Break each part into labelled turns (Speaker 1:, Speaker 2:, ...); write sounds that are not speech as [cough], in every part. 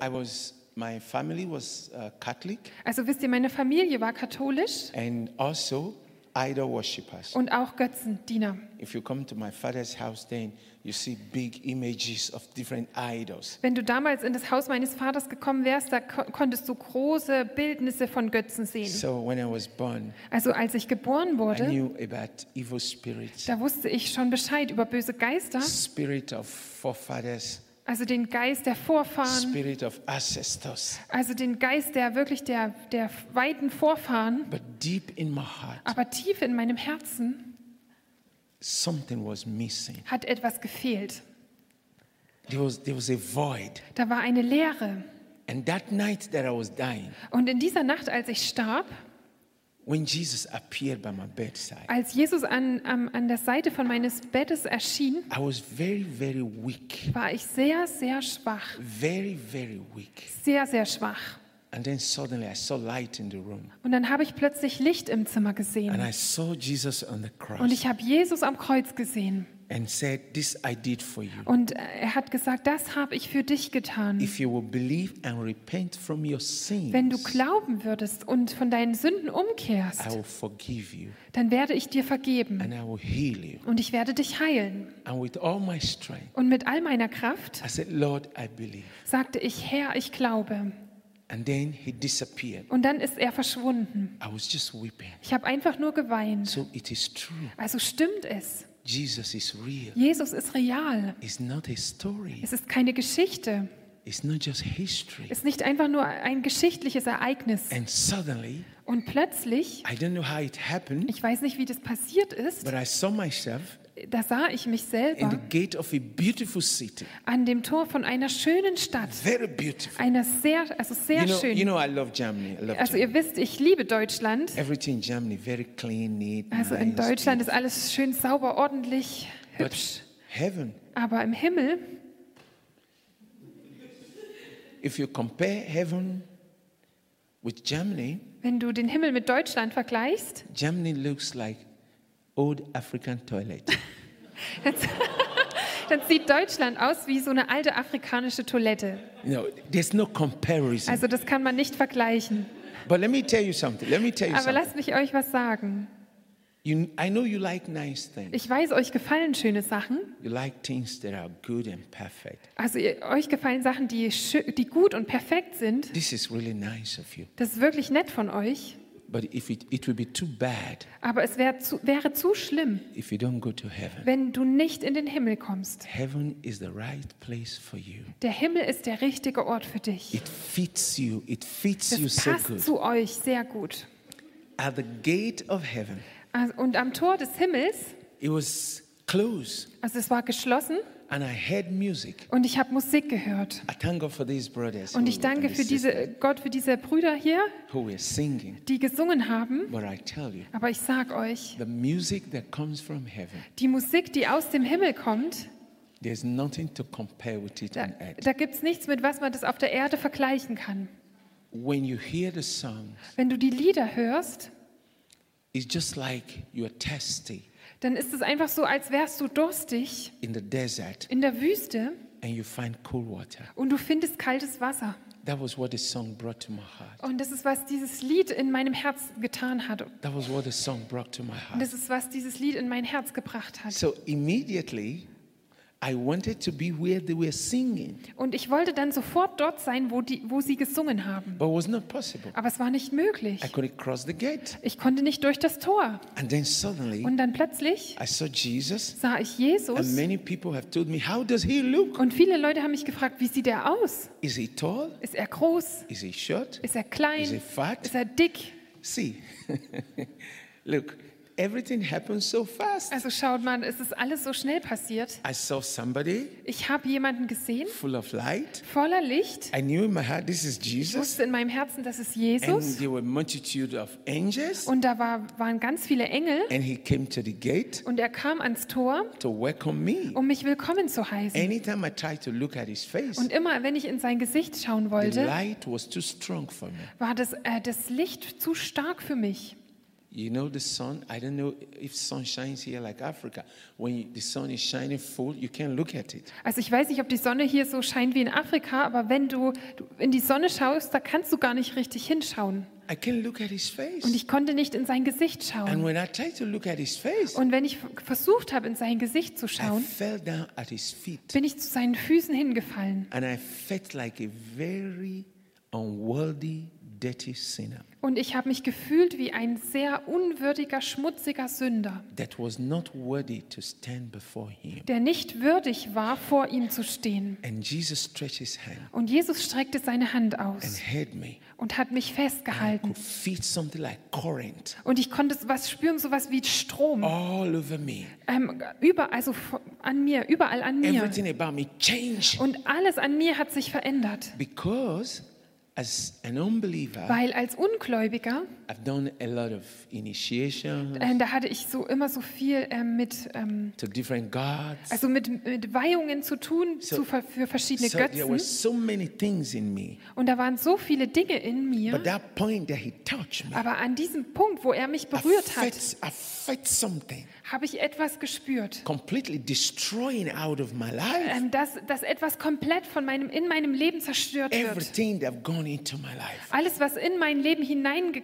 Speaker 1: I was, my family was uh, Catholic
Speaker 2: Also wisst ihr, meine Familie war katholisch
Speaker 1: and also idol worshippers.
Speaker 2: und auch Götzendiener.
Speaker 1: If you come to my father's house, then you see big images of different idols.
Speaker 2: Wenn du damals in das Haus meines Vaters gekommen wärst, da ko konntest du große Bildnisse von Götzen sehen.
Speaker 1: So when I was born,
Speaker 2: Also als ich geboren
Speaker 1: I
Speaker 2: wurde,
Speaker 1: knew about evil spirits,
Speaker 2: da wusste ich schon Bescheid über böse Geister,
Speaker 1: spirit of forefathers,
Speaker 2: also den Geist der Vorfahren,
Speaker 1: spirit of ancestors.
Speaker 2: also den Geist der wirklich der, der weiten Vorfahren.
Speaker 1: But deep in my heart,
Speaker 2: Aber tief in meinem Herzen
Speaker 1: something was missing.
Speaker 2: hat etwas gefehlt.
Speaker 1: There was, there was a void.
Speaker 2: Da war eine Leere.
Speaker 1: And that night that I was dying,
Speaker 2: Und in dieser Nacht, als ich starb,
Speaker 1: when Jesus appeared by my bedside,
Speaker 2: als Jesus an, an, an der Seite von meines Bettes erschien,
Speaker 1: I was very, very weak.
Speaker 2: war ich sehr, sehr schwach.
Speaker 1: Very, very weak.
Speaker 2: Sehr, sehr schwach.
Speaker 1: And then suddenly I saw light in the room.
Speaker 2: Und dann habe ich plötzlich Licht im Zimmer
Speaker 1: And
Speaker 2: gesehen.
Speaker 1: I saw Jesus on the
Speaker 2: Und
Speaker 1: cross
Speaker 2: ich habe Jesus am Kreuz gesehen.
Speaker 1: and said, This I did for you.
Speaker 2: Und äh, er hat gesagt, das habe ich für dich getan.
Speaker 1: If you will believe and repent from your
Speaker 2: Wenn du
Speaker 1: sins,
Speaker 2: glauben würdest und von deinen Sünden
Speaker 1: I
Speaker 2: umkehrst,
Speaker 1: will forgive you
Speaker 2: dann werde ich dir vergeben
Speaker 1: and I will heal you.
Speaker 2: und ich werde dich heilen.
Speaker 1: And with all my strength,
Speaker 2: Und mit all meiner Kraft
Speaker 1: I said, Lord, I believe.
Speaker 2: sagte ich, Herr, ich glaube.
Speaker 1: And then he disappeared.
Speaker 2: Und dann ist er verschwunden.
Speaker 1: I was just weeping.
Speaker 2: Ich habe einfach nur geweint.
Speaker 1: So it is true.
Speaker 2: Also stimmt es.
Speaker 1: Jesus is real.
Speaker 2: Jesus ist real.
Speaker 1: It's not a story,
Speaker 2: Es ist keine Geschichte.
Speaker 1: it's not just history.
Speaker 2: Es ist nicht einfach nur ein geschichtliches Ereignis.
Speaker 1: And suddenly,
Speaker 2: Und plötzlich,
Speaker 1: I don't know how it happened,
Speaker 2: ich weiß nicht, wie das passiert ist,
Speaker 1: but I saw myself
Speaker 2: da sah ich mich
Speaker 1: in the
Speaker 2: selber
Speaker 1: gate of a beautiful city.
Speaker 2: an dem Tor von einer schönen Stadt.
Speaker 1: Very beautiful.
Speaker 2: Einer sehr, also
Speaker 1: You
Speaker 2: sehr
Speaker 1: know, you
Speaker 2: schön.
Speaker 1: know I love Germany. I love
Speaker 2: Also
Speaker 1: Germany.
Speaker 2: ihr wisst, ich liebe Deutschland.
Speaker 1: Everything in Germany, very clean, neat.
Speaker 2: Also in
Speaker 1: nice,
Speaker 2: Deutschland
Speaker 1: beautiful.
Speaker 2: ist alles schön sauber, ordentlich, hübsch.
Speaker 1: But heaven,
Speaker 2: Aber im Himmel,
Speaker 1: if you compare heaven with Germany,
Speaker 2: wenn du den Himmel mit Deutschland vergleichst,
Speaker 1: Germany looks like old African toilet. [laughs]
Speaker 2: dann sieht Deutschland aus wie so eine alte afrikanische Toilette.
Speaker 1: you know, there's no comparison.
Speaker 2: Also das kann man nicht vergleichen.
Speaker 1: but let me tell you something. Let me tell you
Speaker 2: Aber
Speaker 1: something.
Speaker 2: lasst mich euch was sagen.
Speaker 1: You, I know you like nice things.
Speaker 2: Ich weiß, euch gefallen schöne Sachen.
Speaker 1: You like things that are good and perfect.
Speaker 2: Also ihr, euch gefallen Sachen, die, schö- die gut und perfekt sind.
Speaker 1: This is really nice of you.
Speaker 2: Das ist wirklich nett von euch.
Speaker 1: But if it, it will be too bad
Speaker 2: Aber es wär zu, wäre zu schlimm,
Speaker 1: if you don't go to heaven.
Speaker 2: wenn du nicht in den Himmel kommst.
Speaker 1: Heaven is the right place for you.
Speaker 2: Der Himmel ist der richtige Ort für dich.
Speaker 1: It fits you. It fits you
Speaker 2: Das
Speaker 1: so
Speaker 2: passt
Speaker 1: good.
Speaker 2: zu euch sehr gut.
Speaker 1: At the gate of heaven,
Speaker 2: Also- Und am Tor des Himmels,
Speaker 1: it was closed,
Speaker 2: also es war geschlossen
Speaker 1: and I heard music.
Speaker 2: und ich habe Musik gehört.
Speaker 1: I thank God for these brothers
Speaker 2: Und
Speaker 1: who-
Speaker 2: ich danke
Speaker 1: and
Speaker 2: für
Speaker 1: these sisters
Speaker 2: diese, Gott für diese Brüder hier,
Speaker 1: who were singing.
Speaker 2: die gesungen haben.
Speaker 1: But I tell you,
Speaker 2: Aber ich sag euch,
Speaker 1: the music that comes from heaven,
Speaker 2: die Musik, die aus dem Himmel kommt,
Speaker 1: there's nothing to compare with it
Speaker 2: da,
Speaker 1: on earth.
Speaker 2: da gibt es nichts, mit was man das auf der Erde vergleichen kann.
Speaker 1: When you hear the song,
Speaker 2: Wenn du die Lieder hörst,
Speaker 1: it's just like you're thirsty
Speaker 2: dann ist es einfach so, als wärst du durstig
Speaker 1: in the desert
Speaker 2: in der Wüste
Speaker 1: and you find cool water.
Speaker 2: und du findest kaltes Wasser.
Speaker 1: That was what the song brought to my heart.
Speaker 2: Und das ist, was dieses Lied in meinem Herz getan hat. Und
Speaker 1: That was what the song brought to my heart.
Speaker 2: das ist, was dieses Lied in mein Herz gebracht hat.
Speaker 1: So immediately, I wanted to be where they were singing,
Speaker 2: Und ich wollte dann sofort dort sein, wo, die, wo sie gesungen haben.
Speaker 1: but it was not possible.
Speaker 2: Aber es war nicht möglich.
Speaker 1: I couldn't cross the gate.
Speaker 2: Ich konnte nicht durch das Tor.
Speaker 1: And then suddenly,
Speaker 2: Und dann plötzlich
Speaker 1: I saw Jesus,
Speaker 2: sah ich
Speaker 1: and
Speaker 2: Jesus.
Speaker 1: many people have told me, How does he look?
Speaker 2: Und viele Leute haben mich gefragt, wie sieht er aus?
Speaker 1: Is he tall?
Speaker 2: Ist er groß?
Speaker 1: Is he short?
Speaker 2: Ist er
Speaker 1: Is he
Speaker 2: klein?
Speaker 1: fat?
Speaker 2: Ist er dick?
Speaker 1: See, [laughs] look, everything happens so fast.
Speaker 2: Also schaut mal, es ist alles so schnell passiert.
Speaker 1: I saw somebody
Speaker 2: Ich habe jemanden gesehen,
Speaker 1: full of light.
Speaker 2: voller Licht.
Speaker 1: I knew in my heart, this is
Speaker 2: Ich
Speaker 1: Jesus.
Speaker 2: wusste in meinem Herzen, das ist
Speaker 1: And
Speaker 2: Jesus.
Speaker 1: there were multitude of angels.
Speaker 2: Und da war, waren ganz viele Engel.
Speaker 1: And he came to the gate
Speaker 2: Und er kam ans Tor,
Speaker 1: to welcome me.
Speaker 2: um mich willkommen zu heißen.
Speaker 1: Anytime I tried to look at his face,
Speaker 2: Und immer, wenn ich in sein Gesicht schauen
Speaker 1: the
Speaker 2: wollte,
Speaker 1: light was too strong for me.
Speaker 2: war das, äh, das Licht zu stark für mich.
Speaker 1: You know the sun? I don't know if sun shines here like Africa. When you, the sun is shining full, you can't look at it.
Speaker 2: Also ich weiß nicht, ob die Sonne hier so scheint wie in Afrika, aber wenn du du in die Sonne schaust, da kannst du gar nicht richtig hinschauen.
Speaker 1: I can't look at his face.
Speaker 2: Und ich konnte nicht in sein Gesicht
Speaker 1: and
Speaker 2: schauen.
Speaker 1: when I tried to look at his face,
Speaker 2: Und wenn ich v- versucht habe, in sein Gesicht zu
Speaker 1: I
Speaker 2: schauen,
Speaker 1: fell down at his feet.
Speaker 2: bin ich zu seinen Füßen hingefallen.
Speaker 1: And I felt like a very unworthy, dirty sinner
Speaker 2: Und ich habe mich gefühlt wie ein sehr unwürdiger, schmutziger Sünder,
Speaker 1: that was not worthy to stand before him.
Speaker 2: der nicht würdig war, vor ihm zu stehen.
Speaker 1: And Jesus stretched his hand
Speaker 2: Und Jesus streckte seine Hand
Speaker 1: and
Speaker 2: aus
Speaker 1: held me.
Speaker 2: und hat mich
Speaker 1: I
Speaker 2: festgehalten.
Speaker 1: could feel something like current
Speaker 2: Und ich konnte was spüren, sowas wie Strom.
Speaker 1: all over me.
Speaker 2: Ähm, über, also von- an mir, überall an mir.
Speaker 1: Everything about me changed
Speaker 2: Und alles an mir hat sich verändert.
Speaker 1: because as an unbeliever,
Speaker 2: Weil als Ungläubiger,
Speaker 1: I've done a lot of initiation
Speaker 2: äh, da hatte ich so immer so viel ähm, mit, ähm,
Speaker 1: to different gods.
Speaker 2: also mit, mit Weihungen zu tun
Speaker 1: So-
Speaker 2: zu, ver- für verschiedene
Speaker 1: So there were
Speaker 2: Götzen.
Speaker 1: so many things in me.
Speaker 2: Und da waren so viele Dinge in mir.
Speaker 1: But that point that he touched me,
Speaker 2: Aber an diesem Punkt, wo er mich
Speaker 1: I
Speaker 2: berührt hat,
Speaker 1: felt- I felt something
Speaker 2: habe ich etwas gespürt.
Speaker 1: completely destroying out of my life.
Speaker 2: Ähm, dass, dass etwas komplett von meinem, in meinem Leben zerstört wird.
Speaker 1: Everything that have gone into my life.
Speaker 2: Alles, was in mein Leben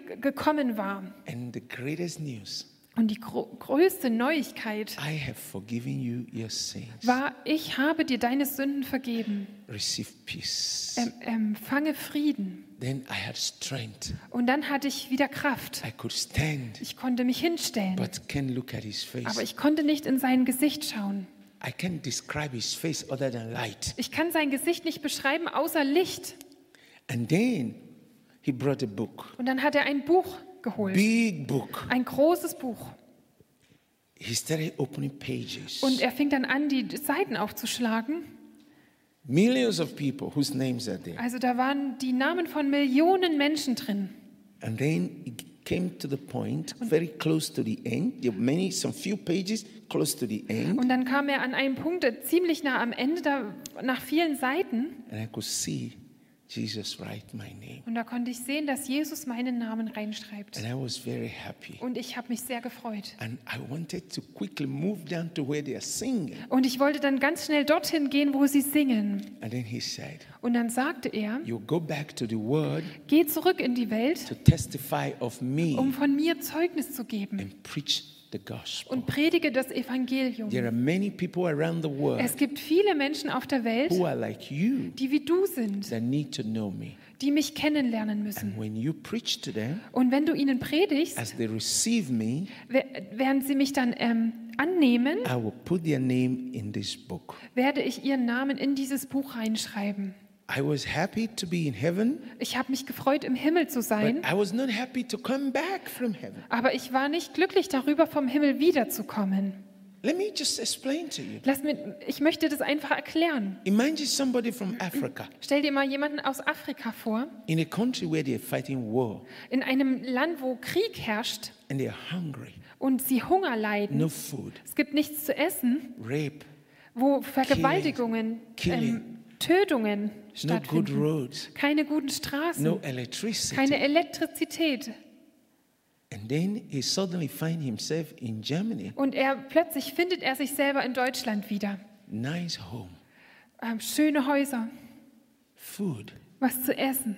Speaker 2: hineingekommen war.
Speaker 1: And the greatest news,
Speaker 2: Und die gro größte Neuigkeit
Speaker 1: I have forgiven you your sins.
Speaker 2: war, ich habe dir deine Sünden vergeben.
Speaker 1: Receive peace.
Speaker 2: Ähm, ähm, fange Frieden.
Speaker 1: Then I had strength.
Speaker 2: Und dann hatte ich wieder Kraft.
Speaker 1: I could stand,
Speaker 2: Ich konnte mich hinstellen.
Speaker 1: but can't look at his
Speaker 2: Aber
Speaker 1: face.
Speaker 2: ich konnte nicht in sein Gesicht schauen.
Speaker 1: I can't describe his face other than light.
Speaker 2: Ich kann sein Gesicht nicht beschreiben, außer Licht.
Speaker 1: And then he brought a book,
Speaker 2: Und dann hat er ein Buch geholt.
Speaker 1: big book.
Speaker 2: Ein großes Buch.
Speaker 1: He started opening pages.
Speaker 2: Und er fing dann an, die Seiten aufzuschlagen.
Speaker 1: Millions of people whose names are there.
Speaker 2: Also da waren die Namen von Millionen Menschen drin.
Speaker 1: And then it came to the point, very close to the end. There were many, some few pages close to the end.
Speaker 2: Und dann kam er an einen Punkt äh, ziemlich nah am Ende, da, nach vielen Seiten.
Speaker 1: And I could see Jesus write my name.
Speaker 2: Und da konnte ich sehen, dass Jesus meinen Namen reinschreibt.
Speaker 1: And I was very happy.
Speaker 2: Und ich habe mich sehr gefreut.
Speaker 1: And I wanted to quickly move down to where they are singing.
Speaker 2: Und ich wollte dann ganz schnell dorthin gehen, wo sie singen.
Speaker 1: And then he said,
Speaker 2: Und dann sagte er,
Speaker 1: You go back to the word
Speaker 2: geh zurück in die Welt,
Speaker 1: to testify of
Speaker 2: um
Speaker 1: me
Speaker 2: von mir Zeugnis zu geben
Speaker 1: and preach the gospel.
Speaker 2: und predige das Evangelium.
Speaker 1: There are many people around the world
Speaker 2: Es gibt viele Menschen auf der Welt,
Speaker 1: who are like you
Speaker 2: die wie du sind,
Speaker 1: that need to know me.
Speaker 2: die mich kennenlernen müssen.
Speaker 1: And when you preach to them,
Speaker 2: Und wenn du ihnen predigst,
Speaker 1: as they receive me,
Speaker 2: wer- während sie mich dann ähm, annehmen,
Speaker 1: I will put their name in this book.
Speaker 2: werde ich ihren Namen in dieses Buch reinschreiben.
Speaker 1: I was happy to be in heaven,
Speaker 2: Ich habe mich gefreut, im Himmel zu
Speaker 1: but
Speaker 2: sein,
Speaker 1: I was not happy to come back from heaven.
Speaker 2: aber ich war nicht glücklich darüber, vom Himmel wiederzukommen.
Speaker 1: Let me just explain to you.
Speaker 2: Lass mir, ich möchte das einfach erklären.
Speaker 1: Imagine somebody from Africa
Speaker 2: Stell dir mal jemanden aus Afrika vor,
Speaker 1: in a country where they're fighting war
Speaker 2: in einem Land, wo Krieg herrscht
Speaker 1: and they're hungry,
Speaker 2: und sie Hunger leiden.
Speaker 1: no food,
Speaker 2: Es gibt nichts zu essen,
Speaker 1: rape,
Speaker 2: wo Vergewaltigungen,
Speaker 1: Killing.
Speaker 2: Ähm, Tötungen
Speaker 1: no good
Speaker 2: stattfinden,
Speaker 1: roads,
Speaker 2: keine guten Straßen,
Speaker 1: no electricity.
Speaker 2: keine Elektrizität.
Speaker 1: And then he suddenly finds himself in Germany,
Speaker 2: Und er plötzlich findet er sich selber in Deutschland wieder.
Speaker 1: nice home,
Speaker 2: Ähm, schöne Häuser,
Speaker 1: food,
Speaker 2: was zu essen,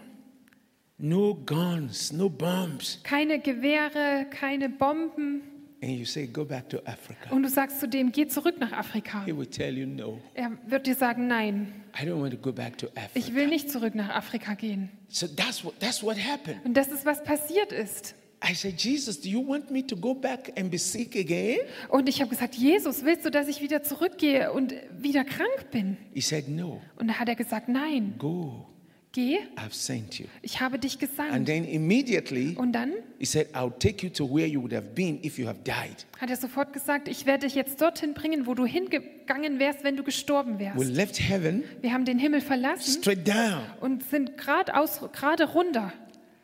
Speaker 1: no guns, no bombs.
Speaker 2: keine Gewehre, keine Bomben.
Speaker 1: And you say, go back to Africa.
Speaker 2: Und du sagst zu dem, geh zurück nach Afrika.
Speaker 1: He will tell you, no,
Speaker 2: Er wird dir sagen, nein,
Speaker 1: I don't want to go back to
Speaker 2: ich will
Speaker 1: Africa.
Speaker 2: nicht zurück nach Afrika gehen.
Speaker 1: So that's what, that's what happened.
Speaker 2: Und das ist, was passiert ist.
Speaker 1: I said, Jesus, do you want me to go back and be sick again?
Speaker 2: Und ich habe gesagt, Jesus, willst du, dass ich wieder zurückgehe und wieder krank bin?
Speaker 1: He said, no,
Speaker 2: Und da hat er gesagt, nein,
Speaker 1: go.
Speaker 2: geh,
Speaker 1: I've sent you.
Speaker 2: ich habe dich
Speaker 1: And
Speaker 2: gesandt.
Speaker 1: then immediately
Speaker 2: Und dann
Speaker 1: he said, I'll take you to where you would have been if you have died.
Speaker 2: hat er sofort gesagt, ich werde dich jetzt dorthin bringen, wo du hingegangen wärst, wenn du gestorben wärst.
Speaker 1: We left heaven
Speaker 2: Wir haben den Himmel verlassen
Speaker 1: straight down,
Speaker 2: und sind geradeaus, gerade runter,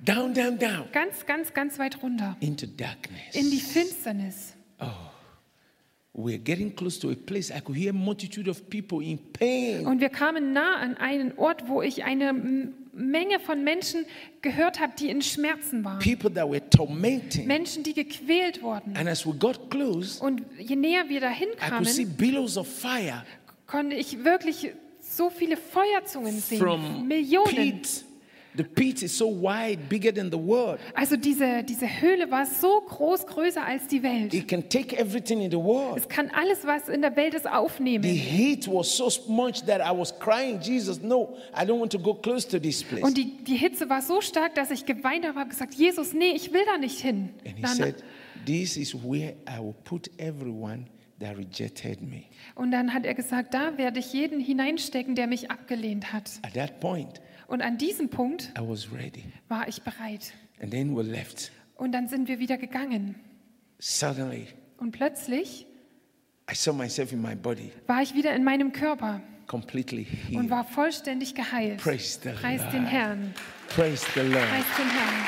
Speaker 1: down, down, down
Speaker 2: ganz, ganz, ganz weit runter,
Speaker 1: into darkness.
Speaker 2: in die Finsternis.
Speaker 1: We're getting close to a place I could hear multitude of people in pain.
Speaker 2: Und wir kamen nah an einen Ort, wo ich eine m- Menge von Menschen gehört habe, die in Schmerzen waren.
Speaker 1: people that were tormenting.
Speaker 2: Menschen, die gequält wurden.
Speaker 1: And as we got close,
Speaker 2: Und je näher wir dahin
Speaker 1: I could see
Speaker 2: kamen,
Speaker 1: billows of fire
Speaker 2: konnte ich wirklich so viele Feuerzungen sehen.
Speaker 1: from
Speaker 2: Millionen.
Speaker 1: pit. The pit is so wide, bigger than the world.
Speaker 2: Also diese, diese Höhle war so groß, größer als die Welt.
Speaker 1: It can take everything in the world.
Speaker 2: Es kann alles, was in der Welt ist,
Speaker 1: The
Speaker 2: aufnehmen.
Speaker 1: heat was so much that I was crying, Jesus, no, I don't want to go close to this place.
Speaker 2: Und die, die Hitze war so stark, dass ich geweint habe, habe gesagt, Jesus, nee, ich will da nicht hin.
Speaker 1: And he
Speaker 2: Dann-
Speaker 1: said, This is where I will put everyone that rejected me.
Speaker 2: und dann hat er gesagt, da werde ich jeden hineinstecken, der mich abgelehnt hat.
Speaker 1: At that point,
Speaker 2: Und an diesem Punkt
Speaker 1: I was ready.
Speaker 2: war ich bereit.
Speaker 1: And then we left.
Speaker 2: Und dann sind wir wieder gegangen.
Speaker 1: Suddenly,
Speaker 2: Und plötzlich
Speaker 1: I saw myself in my body
Speaker 2: war ich wieder in meinem Körper
Speaker 1: completely
Speaker 2: und
Speaker 1: healed.
Speaker 2: war vollständig geheilt.
Speaker 1: Praise the
Speaker 2: Preis
Speaker 1: Lord.
Speaker 2: den Herrn.
Speaker 1: Praise the Lord.
Speaker 2: Preis den Herrn.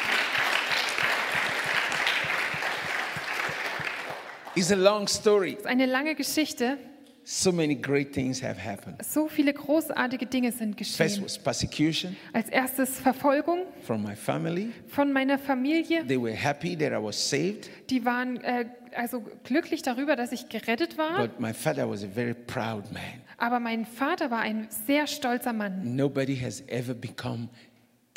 Speaker 1: It's a long story.
Speaker 2: Das ist eine lange Geschichte.
Speaker 1: So many great things have happened.
Speaker 2: So viele großartige Dinge sind
Speaker 1: First
Speaker 2: geschehen.
Speaker 1: was persecution
Speaker 2: Als erstes Verfolgung
Speaker 1: from my family.
Speaker 2: von meiner Familie.
Speaker 1: They were happy that I was saved,
Speaker 2: Die waren äh, also glücklich darüber, dass ich gerettet war.
Speaker 1: but my father was a very proud man.
Speaker 2: Aber mein Vater war ein sehr stolzer Mann.
Speaker 1: Nobody has ever become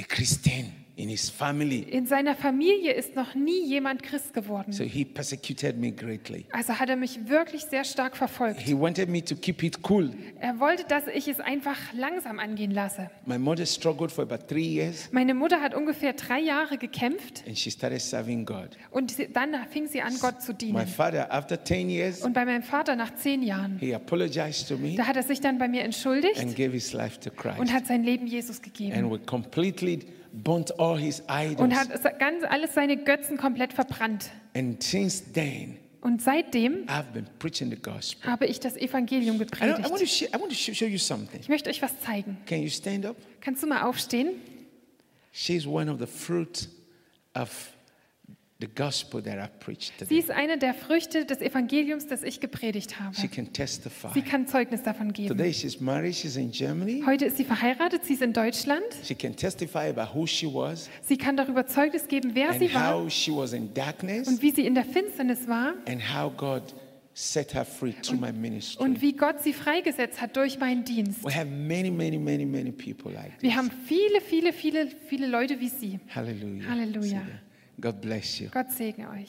Speaker 1: a Christian in his family.
Speaker 2: In seiner Familie ist noch nie jemand Christ geworden.
Speaker 1: So he persecuted me greatly.
Speaker 2: Also hat er mich wirklich sehr stark verfolgt.
Speaker 1: He wanted me to keep it cool.
Speaker 2: Er wollte, dass ich es einfach langsam angehen lasse.
Speaker 1: My mother struggled for about three years
Speaker 2: Meine Mutter hat ungefähr drei Jahre gekämpft
Speaker 1: and she started serving God.
Speaker 2: und sie- dann fing sie an, Gott zu
Speaker 1: My
Speaker 2: dienen.
Speaker 1: father, after 10 years,
Speaker 2: Und bei meinem Vater nach zehn Jahren,
Speaker 1: he apologized to me
Speaker 2: da hat er sich dann bei mir
Speaker 1: and
Speaker 2: entschuldigt
Speaker 1: gave his life to
Speaker 2: und
Speaker 1: Christ.
Speaker 2: hat sein Leben Jesus gegeben
Speaker 1: And we completely burnt all his idols.
Speaker 2: und hat es- ganz alles seine Götzen komplett verbrannt.
Speaker 1: And since then,
Speaker 2: Und seitdem
Speaker 1: I've been preaching the gospel.
Speaker 2: habe ich das Evangelium
Speaker 1: I, don't- I want to,
Speaker 2: gepredigt.
Speaker 1: share, I want to sh- show you something.
Speaker 2: Ich möchte euch was zeigen.
Speaker 1: Can you stand up?
Speaker 2: Kannst du mal aufstehen?
Speaker 1: She's one of the fruit of the gospel that I preached
Speaker 2: Sie
Speaker 1: today.
Speaker 2: ist eine der Früchte des Evangeliums, das ich gepredigt habe.
Speaker 1: She can testify.
Speaker 2: Sie kann Zeugnis davon geben.
Speaker 1: Today she's married, she's in Germany.
Speaker 2: Heute ist sie verheiratet, sie ist in Deutschland.
Speaker 1: She can testify about who she was
Speaker 2: Sie kann darüber Zeugnis geben, wer
Speaker 1: and
Speaker 2: sie war
Speaker 1: how she was in darkness
Speaker 2: und wie sie in der Finsternis war
Speaker 1: and how God set her free through my ministry.
Speaker 2: und wie Gott sie freigesetzt hat durch meinen Dienst.
Speaker 1: We have many, many, many, many people like
Speaker 2: Wir
Speaker 1: this.
Speaker 2: haben viele, viele, viele, viele Leute wie sie.
Speaker 1: Hallelujah.
Speaker 2: Hallelujah.
Speaker 1: See that? God bless you.
Speaker 2: Gott segne euch.